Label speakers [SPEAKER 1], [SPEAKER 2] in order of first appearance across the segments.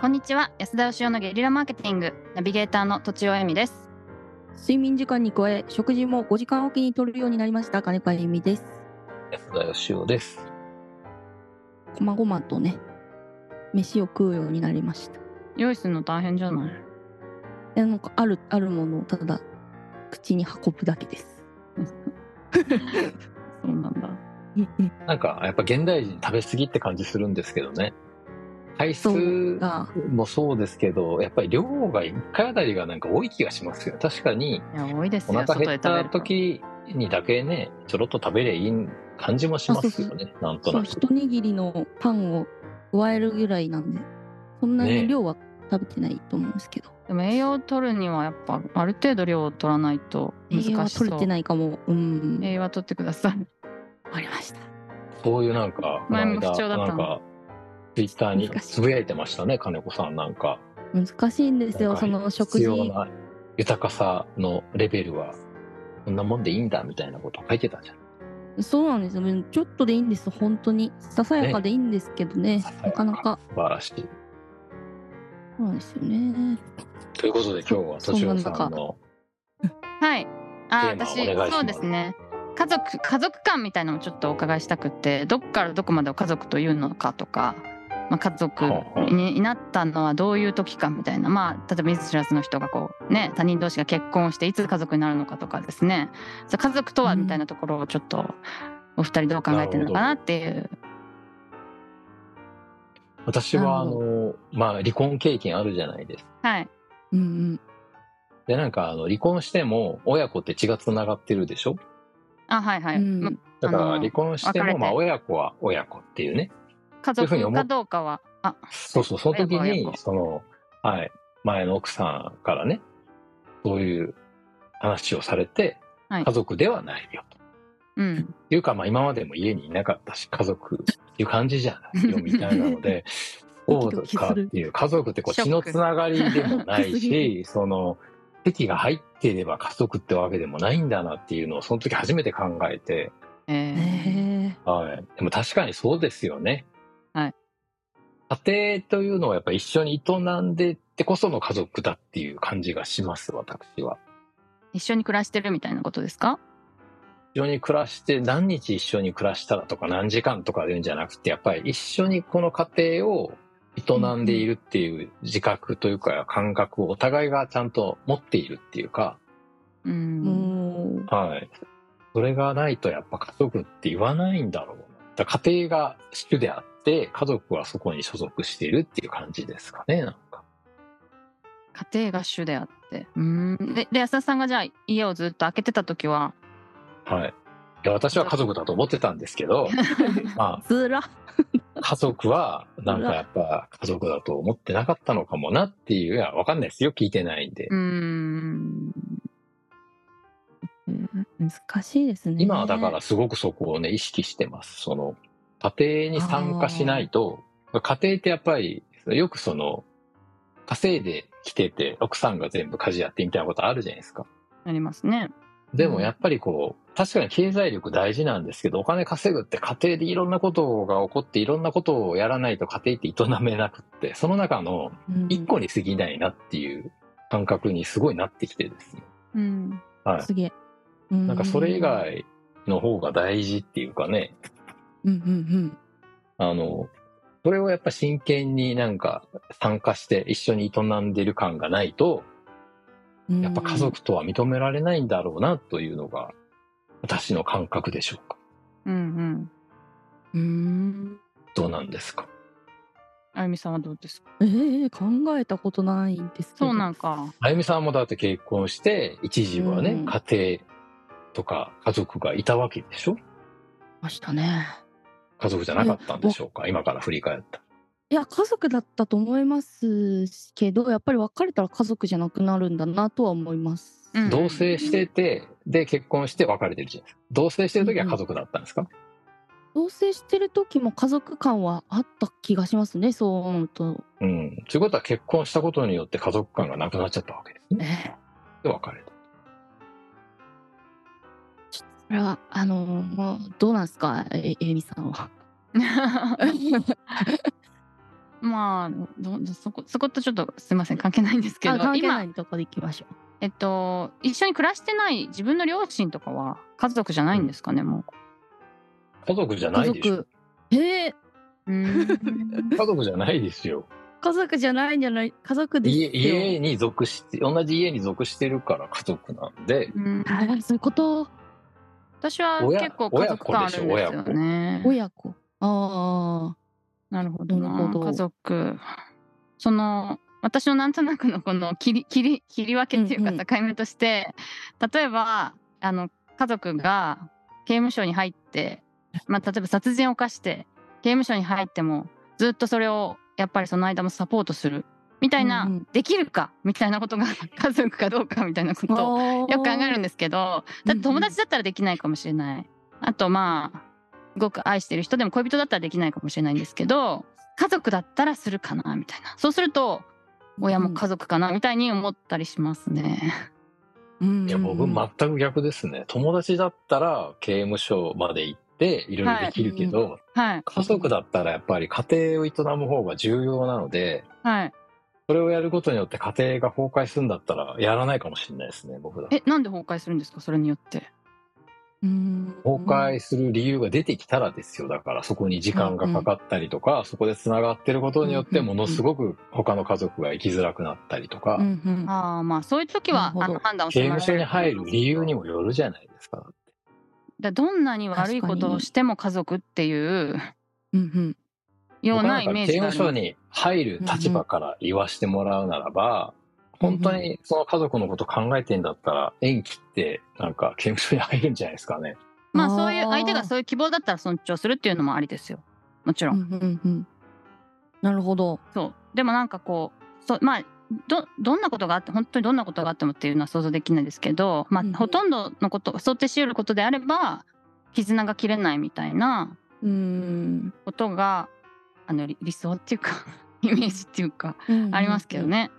[SPEAKER 1] こんにちは安田義雄のゲリラマーケティングナビゲーターの土尾恵美です
[SPEAKER 2] 睡眠時間に加え食事も5時間おきに取るようになりました金子由美です
[SPEAKER 3] 安田義雄です。
[SPEAKER 2] こまごまとね飯を食うようになりました
[SPEAKER 1] 用意するの大変じゃ ない
[SPEAKER 2] でなんかあるあるものをただ口に運ぶだけ です
[SPEAKER 1] そうなんだ
[SPEAKER 3] なんか、やっぱ現代人食べ過ぎって感じするんですけどね。体質
[SPEAKER 2] そうが
[SPEAKER 3] もそうですけど、やっぱり量が1回あたりがなんか多い気がしますよ。確かに、
[SPEAKER 1] いや多いです
[SPEAKER 3] お
[SPEAKER 1] よ
[SPEAKER 3] 腹
[SPEAKER 1] 外で
[SPEAKER 3] 減っ
[SPEAKER 1] 食べ
[SPEAKER 3] た
[SPEAKER 1] ると
[SPEAKER 3] 時にだけね、ちょろっと食べりゃいい感じもしますよね。なんと
[SPEAKER 2] そう
[SPEAKER 3] な
[SPEAKER 2] 一
[SPEAKER 3] く。
[SPEAKER 2] 握りのパンを加えるぐらいなんでそんな
[SPEAKER 3] ねえ
[SPEAKER 2] に量は食べてないと思うんですけど、
[SPEAKER 1] でも栄養を取るにはやっぱある程度量を取らないと難
[SPEAKER 2] 栄養は
[SPEAKER 1] しそう
[SPEAKER 2] 取れてないかもうん
[SPEAKER 1] 栄養は取ってください
[SPEAKER 2] わかりました
[SPEAKER 3] そういうなんか、
[SPEAKER 1] 前も不調だったの
[SPEAKER 3] なんか、ツイッターに
[SPEAKER 2] 難しい
[SPEAKER 3] つぶやいてましたね、金子さんなんか。
[SPEAKER 2] 難しいんです
[SPEAKER 3] な
[SPEAKER 2] よ
[SPEAKER 3] んか
[SPEAKER 2] その食事
[SPEAKER 3] 必要な豊かさのレベルは、こんなもんでいいんだみたいなこと書いてたじゃん。
[SPEAKER 2] そうなんですよちょっとでいいんです本当にささやかでいいんですけどね
[SPEAKER 3] ささ
[SPEAKER 2] な
[SPEAKER 3] や
[SPEAKER 2] かなか
[SPEAKER 3] 素晴らしい。
[SPEAKER 2] そうなんですよね
[SPEAKER 3] ということで今日は
[SPEAKER 2] そ
[SPEAKER 3] としおさ
[SPEAKER 2] そうん
[SPEAKER 3] の
[SPEAKER 1] はいあ
[SPEAKER 3] テーマ
[SPEAKER 1] 私
[SPEAKER 3] お願いします
[SPEAKER 1] そうですね家族家族間みたいなのをちょっとお伺いしたくってどこからどこまでを家族というのかとか、まあ、家族
[SPEAKER 3] はあはあ
[SPEAKER 1] になったのはどういう時かみたいな、まあ、例えばいつ知らずの人がこう、ね、他人同士が結婚をしていつ家族になるのかとかですねじゃあ家族とは
[SPEAKER 2] うん
[SPEAKER 1] みたいなところをちょっとお二人どう考えてるのかなっていう
[SPEAKER 3] 私はあ
[SPEAKER 2] なる
[SPEAKER 3] のまあ離婚経験あるじゃないですか。
[SPEAKER 1] はい
[SPEAKER 2] うんうん
[SPEAKER 3] でなんかあの離婚しても親子って血がつながってるでしょ。
[SPEAKER 1] あはいはい、
[SPEAKER 2] うん
[SPEAKER 1] ま
[SPEAKER 3] だから
[SPEAKER 1] あの
[SPEAKER 3] 離婚し
[SPEAKER 1] 別
[SPEAKER 3] て
[SPEAKER 1] れ
[SPEAKER 3] も
[SPEAKER 1] て
[SPEAKER 3] まあ親子は親子っていうね。
[SPEAKER 1] 家
[SPEAKER 3] そういうふうに
[SPEAKER 1] 族
[SPEAKER 3] 思
[SPEAKER 1] か
[SPEAKER 3] っ
[SPEAKER 1] どうかはあ
[SPEAKER 3] そうそうその時
[SPEAKER 1] 親子親
[SPEAKER 3] に
[SPEAKER 1] 子
[SPEAKER 3] そのはい前の奥さんからねそういう話をされて
[SPEAKER 1] はい
[SPEAKER 3] 家族ではないよと。
[SPEAKER 1] うん
[SPEAKER 3] いうか、まあ、今までも家にいなかったし、家族っていう感じじゃないよ、みたいな ので、
[SPEAKER 2] ド
[SPEAKER 3] そう
[SPEAKER 2] キドキ
[SPEAKER 3] かっ
[SPEAKER 2] する
[SPEAKER 3] ていう、家族ってこう
[SPEAKER 1] ショッ
[SPEAKER 3] 血
[SPEAKER 1] ク
[SPEAKER 3] のつながりでもない
[SPEAKER 2] 不思議
[SPEAKER 3] し、 その、敵が入っていれば家族ってわけでもないんだなっていうのを、その時初めて考えて、
[SPEAKER 1] えー
[SPEAKER 2] へ
[SPEAKER 3] はい。でも確かにそうですよね。
[SPEAKER 1] はい。
[SPEAKER 3] 家庭というのはやっぱ一緒に営んでってこその家族だっていう感じがします、私は。
[SPEAKER 1] 一緒に暮らしてるみたいなことですか
[SPEAKER 3] 一緒に暮らして何日一緒に暮らしたらとか何時間とかでいうんじゃなくてやっぱり一緒にこの家庭を営んでいるっていう自覚というか感覚をお互いがちゃんと持っているっていうか、
[SPEAKER 1] う
[SPEAKER 2] え
[SPEAKER 1] ん
[SPEAKER 2] も
[SPEAKER 3] はい、それがないとやっぱ家族って言わないんだろうなだから家庭が主であって家族はそこに所属しているっていう感じですかねなんか
[SPEAKER 1] 家庭が主であってうんでで安田さんがじゃあ家をずっと開けてた時は
[SPEAKER 3] はいいや私は家族だと思ってたんですけ ど、まあ、
[SPEAKER 2] うずら
[SPEAKER 3] 家族は、なんかやっぱ家族だと思ってなかったのかもなっていう、いや、わかんないですよ。聞いてないんで
[SPEAKER 1] う。ーん
[SPEAKER 2] 難しいですね
[SPEAKER 3] 今はだからすごくそこをね、意識してます。その、家庭に参加しないと、家庭ってやっぱり、よくその、稼いできてて、奥さんが全部家事やってみたいなことあるじゃないですか。
[SPEAKER 1] ありますね。
[SPEAKER 3] でもやっぱりこう、確かに経済力大事なんですけど、お金稼ぐって家庭でいろんなことが起こって、いろんなことをやらないと家庭って営めなくって、その中の
[SPEAKER 2] うん
[SPEAKER 3] 一個に過ぎないなっていう感覚にすごいなってきてですね。
[SPEAKER 1] うん。
[SPEAKER 3] はい
[SPEAKER 2] すげえうん
[SPEAKER 3] なんかそれ以外の方が大事っていうかね、
[SPEAKER 2] うんうん
[SPEAKER 3] あの、それをやっぱ真剣になんか参加して一緒に営んでる感がないと、
[SPEAKER 2] うんうん
[SPEAKER 3] やっぱ家族とは認められないんだろうなというのが、私の感覚でしょうか。
[SPEAKER 1] うんうん。
[SPEAKER 2] うん
[SPEAKER 3] どうなんですか
[SPEAKER 1] あゆみさんはどうですか
[SPEAKER 2] えー、考えたことないんですけど
[SPEAKER 1] そうなんん か。
[SPEAKER 3] あゆみさんもだって結婚して、一時はね、
[SPEAKER 2] うん
[SPEAKER 3] 家庭とか家族がいたわけでしょ
[SPEAKER 2] ましたね
[SPEAKER 3] 家族じゃなかったんでしょうか今から振り返ったら。
[SPEAKER 2] いや家族だったと思いますけどやっぱり別れたら家族じゃなくなるんだなとは思います、
[SPEAKER 1] うん
[SPEAKER 3] 同棲してて、で、結婚して別れてるじゃないですか。同棲してる時は家族だったんですか、
[SPEAKER 2] 同棲してる時も家族感はあった気がしますねそう思うと
[SPEAKER 3] うん、ということは結婚したことによって家族感がなくなっちゃったわけですね。
[SPEAKER 2] え
[SPEAKER 3] で、別れた。
[SPEAKER 2] これはあのーどうなんですかええみさんは
[SPEAKER 1] うまあどどそこそことちょっとすいません関係ないんです け
[SPEAKER 2] あ
[SPEAKER 1] ど
[SPEAKER 2] 関係な
[SPEAKER 1] 今
[SPEAKER 2] いとこで行きましょう。
[SPEAKER 1] えっと一緒に暮らしてない自分の両親とかは家族じゃないんですかねも
[SPEAKER 3] 家族じゃな
[SPEAKER 2] 家
[SPEAKER 3] いでしょ。
[SPEAKER 2] 族。え ー、
[SPEAKER 1] う。うーん
[SPEAKER 3] 家族じゃないですよ。
[SPEAKER 2] 家族じゃないんじゃない家族です
[SPEAKER 3] 家
[SPEAKER 2] よ。
[SPEAKER 3] 家に属して、同じ家に属してるから家族なんで、
[SPEAKER 1] うん
[SPEAKER 2] あーそういうこと。
[SPEAKER 1] 私は
[SPEAKER 3] 親
[SPEAKER 1] 結構家族感あるんですよね。
[SPEAKER 2] 親子。あ
[SPEAKER 1] なるほどな
[SPEAKER 2] なるほど
[SPEAKER 1] 家族その私のなんとなくのこの切り切り切り分けっていうか
[SPEAKER 2] うんうん
[SPEAKER 1] 境目として、例えばあの家族が刑務所に入って、まあ、例えば殺人を犯して刑務所に入ってもずっとそれをやっぱりその間もサポートするみたいな、
[SPEAKER 2] うんうん
[SPEAKER 1] できるかみたいなことが家族かどうかみたいなこ
[SPEAKER 2] あ。
[SPEAKER 1] とをよく考えるん
[SPEAKER 2] で
[SPEAKER 1] ですけどだって友達だったらできないかもしれない。あとまあすごく愛してる人でも恋人だったらできないかもしれないんですけど家族だったらするかなみたいなそうすると親も家族かなみたいに思ったりしますね。
[SPEAKER 3] いや、僕全く逆ですね。友達だったら刑務所まで行っていろいろできるけど、
[SPEAKER 1] はい
[SPEAKER 3] 家族だったらやっぱり家庭を営む方が重要なので、
[SPEAKER 1] はい、
[SPEAKER 3] それをやることによって家庭が崩壊するんだったらやらないかもしれないですね、僕だと。
[SPEAKER 1] えなんで崩壊するんですかそれによって。
[SPEAKER 3] 崩壊する理由が出てきたらですよ。だからそこに時間がかかったりとか、そこで繋がってることによって
[SPEAKER 2] うんうんう
[SPEAKER 3] も
[SPEAKER 2] ん
[SPEAKER 3] のすごく他の家族が生きづらくなったりとか、
[SPEAKER 2] うんうん
[SPEAKER 1] ああまあそういう時はあ
[SPEAKER 2] なるほど
[SPEAKER 1] の判断を
[SPEAKER 3] 刑
[SPEAKER 1] 迫ら
[SPEAKER 3] 務
[SPEAKER 1] れ
[SPEAKER 3] 所に入る理由にもよるじゃないですか。
[SPEAKER 1] だどんなに悪いことをしても家族っていう
[SPEAKER 2] うん
[SPEAKER 1] ようなイ
[SPEAKER 3] 僕なんか
[SPEAKER 1] メー
[SPEAKER 3] 刑
[SPEAKER 1] ジがありま
[SPEAKER 3] 務所
[SPEAKER 1] す。
[SPEAKER 3] に入る立場から言わしてもらうならば、
[SPEAKER 2] うんうん
[SPEAKER 3] 本当にその家族のこと考えてんだったら、縁切ってなんか刑務所に入るんじゃないですかね。
[SPEAKER 1] まあそういう相手が
[SPEAKER 2] う
[SPEAKER 1] そういう希望だったら尊重するっていうのもありですよもちろん。
[SPEAKER 2] んうんうん。なるほど。
[SPEAKER 1] そうでもなんかこうそうまあどどんなことがあって本当にどんなことがあってもっていうのは想像できないですけど、まあ
[SPEAKER 2] うんうん
[SPEAKER 1] ほとんどのこと想定し得ることであれば絆が切れないみたいな
[SPEAKER 2] うん。
[SPEAKER 1] ことがあの理理想っていうか イメージっていうかありますけど。ね。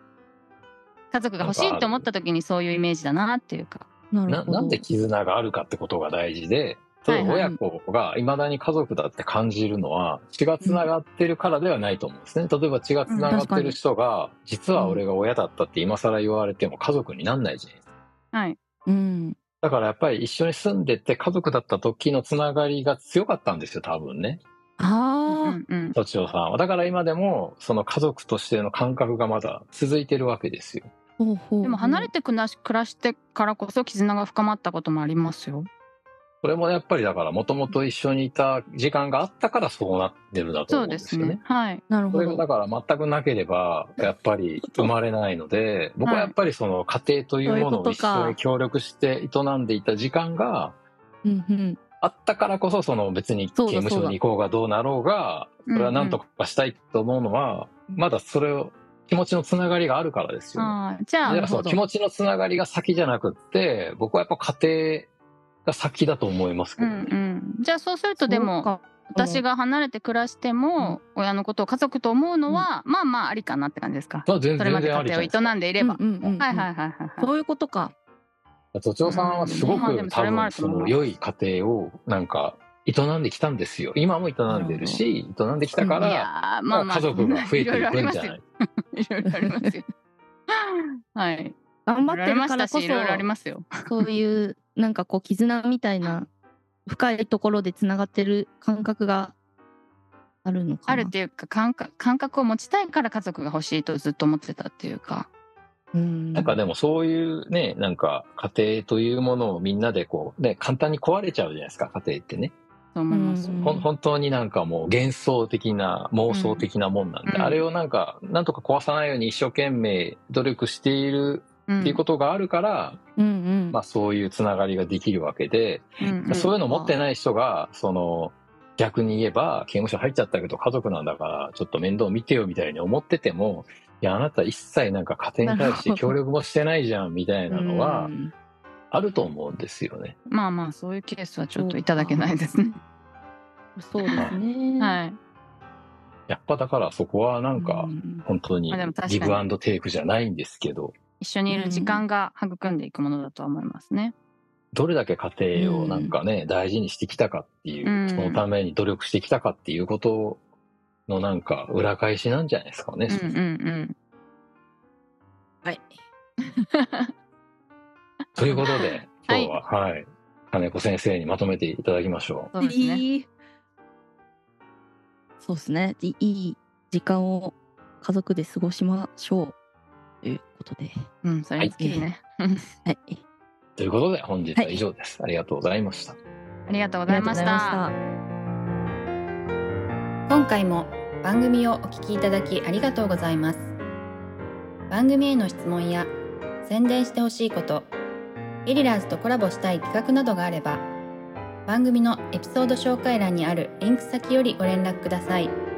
[SPEAKER 1] 家族が欲しいと思った時にそういうイメージだなっていうか。
[SPEAKER 2] なる
[SPEAKER 3] な
[SPEAKER 2] ほど。
[SPEAKER 3] なんで絆があるかってことが大事で、
[SPEAKER 1] は
[SPEAKER 3] 例
[SPEAKER 1] い
[SPEAKER 3] えば親子が未だに家族だって感じるのは血がつながってるからではないと思うんですね。例えば血がつながってる人が、実は俺が親だったって今更言われても家族になんないじゃないですか。
[SPEAKER 1] はい、
[SPEAKER 2] うん。
[SPEAKER 3] だからやっぱり一緒に住んでて家族だった時のつながりが強かったんですよ、多分ね。
[SPEAKER 1] う
[SPEAKER 2] あ
[SPEAKER 1] んうん
[SPEAKER 3] とちおさんは。だから今でもその家族としての感覚がまだ続いてるわけですよ。
[SPEAKER 2] あ。ほうほう。
[SPEAKER 1] でも離れて暮らし暮らしてからこそ絆が深まったこともありますよ。
[SPEAKER 3] それもやっぱりだからもともと一緒にいた時間があったからそうなってるんだと
[SPEAKER 1] そ
[SPEAKER 3] 思う
[SPEAKER 1] うんで
[SPEAKER 3] ですすよね
[SPEAKER 1] ね。。はい。
[SPEAKER 2] なる
[SPEAKER 3] そ
[SPEAKER 2] ほ
[SPEAKER 3] れが
[SPEAKER 2] ど。
[SPEAKER 3] だから全くなければやっぱり生まれないので僕はやっぱりその家庭というものを一緒に協力して営んでいた時間が
[SPEAKER 2] うんうん。
[SPEAKER 3] あったからこそその別に刑務所に行こうがどうなろうが
[SPEAKER 1] うん
[SPEAKER 3] それは何とかしたいと思うのはまだそれを気持ちのつながりがあるからですよね。
[SPEAKER 1] ああじゃ
[SPEAKER 3] だ
[SPEAKER 1] あ
[SPEAKER 3] からその気持ちのつながりが先じゃなくって僕はやっぱ家庭が先だと思いますけ
[SPEAKER 1] う
[SPEAKER 3] ど
[SPEAKER 1] ん
[SPEAKER 3] ね。
[SPEAKER 1] うん、じゃあそうするとでも
[SPEAKER 2] そうか。
[SPEAKER 1] 私が離れて暮らしても、親のことを家族と思うのは、まあまあありかなって感じですか。
[SPEAKER 3] まあ全
[SPEAKER 1] それ
[SPEAKER 3] 然
[SPEAKER 1] ま
[SPEAKER 3] 全
[SPEAKER 1] で
[SPEAKER 3] 然あ
[SPEAKER 1] 家
[SPEAKER 3] りじゃ
[SPEAKER 1] 庭
[SPEAKER 3] な
[SPEAKER 1] を営ん
[SPEAKER 3] いですか
[SPEAKER 1] でいれば。
[SPEAKER 2] うんうんうんうん
[SPEAKER 1] はいはいはいはいはい。
[SPEAKER 2] そういうことか。
[SPEAKER 3] 都庁さんはすご
[SPEAKER 1] うんで
[SPEAKER 3] く
[SPEAKER 1] も
[SPEAKER 3] 多
[SPEAKER 1] それもある
[SPEAKER 3] 分
[SPEAKER 1] と
[SPEAKER 3] そ
[SPEAKER 1] 思いま
[SPEAKER 3] の
[SPEAKER 1] す
[SPEAKER 3] 良い家庭をなんか営んできたんですよ。今も営んでるし、営んできたか
[SPEAKER 1] い
[SPEAKER 3] ら、
[SPEAKER 1] やーま
[SPEAKER 3] ま
[SPEAKER 1] あ
[SPEAKER 3] あ
[SPEAKER 1] まあ
[SPEAKER 3] 家族が増えてい
[SPEAKER 1] ろろあ
[SPEAKER 3] く
[SPEAKER 1] り
[SPEAKER 3] ん
[SPEAKER 1] ま
[SPEAKER 3] じ
[SPEAKER 1] す
[SPEAKER 3] ゃな
[SPEAKER 1] よ
[SPEAKER 3] い
[SPEAKER 1] いろいろありますよ。 はい。
[SPEAKER 2] 頑
[SPEAKER 1] 頑張っ
[SPEAKER 2] 張っ
[SPEAKER 1] てて
[SPEAKER 2] る
[SPEAKER 1] ま
[SPEAKER 2] か
[SPEAKER 1] し
[SPEAKER 2] ら
[SPEAKER 1] た
[SPEAKER 2] こ
[SPEAKER 1] し、いろいろあり
[SPEAKER 2] そ、
[SPEAKER 1] ますよ。
[SPEAKER 2] そういうなんかこう絆みたいな深いところでつながってる感覚があるのかな。
[SPEAKER 1] あるっていうか感覚感覚を持ちたいから家族が欲しいとずっと思ってたっていうか。
[SPEAKER 2] うん。
[SPEAKER 3] なんかでもそういうね、なんか家庭というものをみんなでこうね、簡単に壊れちゃうじゃないですか、家庭ってね。
[SPEAKER 1] そう思います。
[SPEAKER 2] うん
[SPEAKER 3] ほん本当になんかもう幻想的な妄想的なもんなんで、
[SPEAKER 1] うん
[SPEAKER 3] あれをなんか、なんとか壊さないように一生懸命努力している
[SPEAKER 1] うん
[SPEAKER 3] っていうことがあるから、
[SPEAKER 2] うんうん。
[SPEAKER 3] まあそういうつながりができるわけで、
[SPEAKER 1] うんうん
[SPEAKER 3] そういうの持ってない人が、その、逆に言えば、刑務所入っちゃったけど家族なんだから、ちょっと面倒見てよみたいに思ってても、いや、あなた一切なんか家庭に対して協力もしてないじゃんみたいなのは
[SPEAKER 2] う、ん
[SPEAKER 3] あると思うんですよね。
[SPEAKER 1] まあまあそういうケースはちょっといただけないですね。
[SPEAKER 2] そうですね。
[SPEAKER 1] はい。
[SPEAKER 3] やっぱだからそこはなんか
[SPEAKER 2] う、ん
[SPEAKER 3] 本当に
[SPEAKER 1] まあでも確かに
[SPEAKER 3] ギブアンドテイクじゃないんですけど、
[SPEAKER 1] 一緒にいる時間が育んでいくものだとは思いますね。
[SPEAKER 3] どれだけ家庭をなんかね、大事にしてきたかっていうう、
[SPEAKER 1] ん
[SPEAKER 3] そのために努力してきたかっていうことのなんか裏返しなんじゃないですかね。
[SPEAKER 1] うんうん
[SPEAKER 4] はい。
[SPEAKER 3] ということで、
[SPEAKER 1] は
[SPEAKER 3] 今
[SPEAKER 1] い
[SPEAKER 3] 日は、はい、金子先生にまとめていただきましょ
[SPEAKER 1] うん。そうですね。
[SPEAKER 2] いいそうですね。いいい時間を家族で過ごしましょう。ということで。
[SPEAKER 1] うん、それに尽きるね。
[SPEAKER 2] はい。
[SPEAKER 3] う。ということで、本日は以上です。ありがとうございました。
[SPEAKER 1] ありがとうご
[SPEAKER 2] あり
[SPEAKER 1] ざ
[SPEAKER 2] が
[SPEAKER 1] い
[SPEAKER 2] とうご
[SPEAKER 1] ま
[SPEAKER 2] ざ
[SPEAKER 1] し。
[SPEAKER 2] いましたた。
[SPEAKER 4] 今回も番組をお聞きいただきありがとうございます番組への質問や宣伝してほしいことゲリラーズとコラボしたい企画などがあれば番組のエピソード紹介欄にあるリンク先よりご連絡ください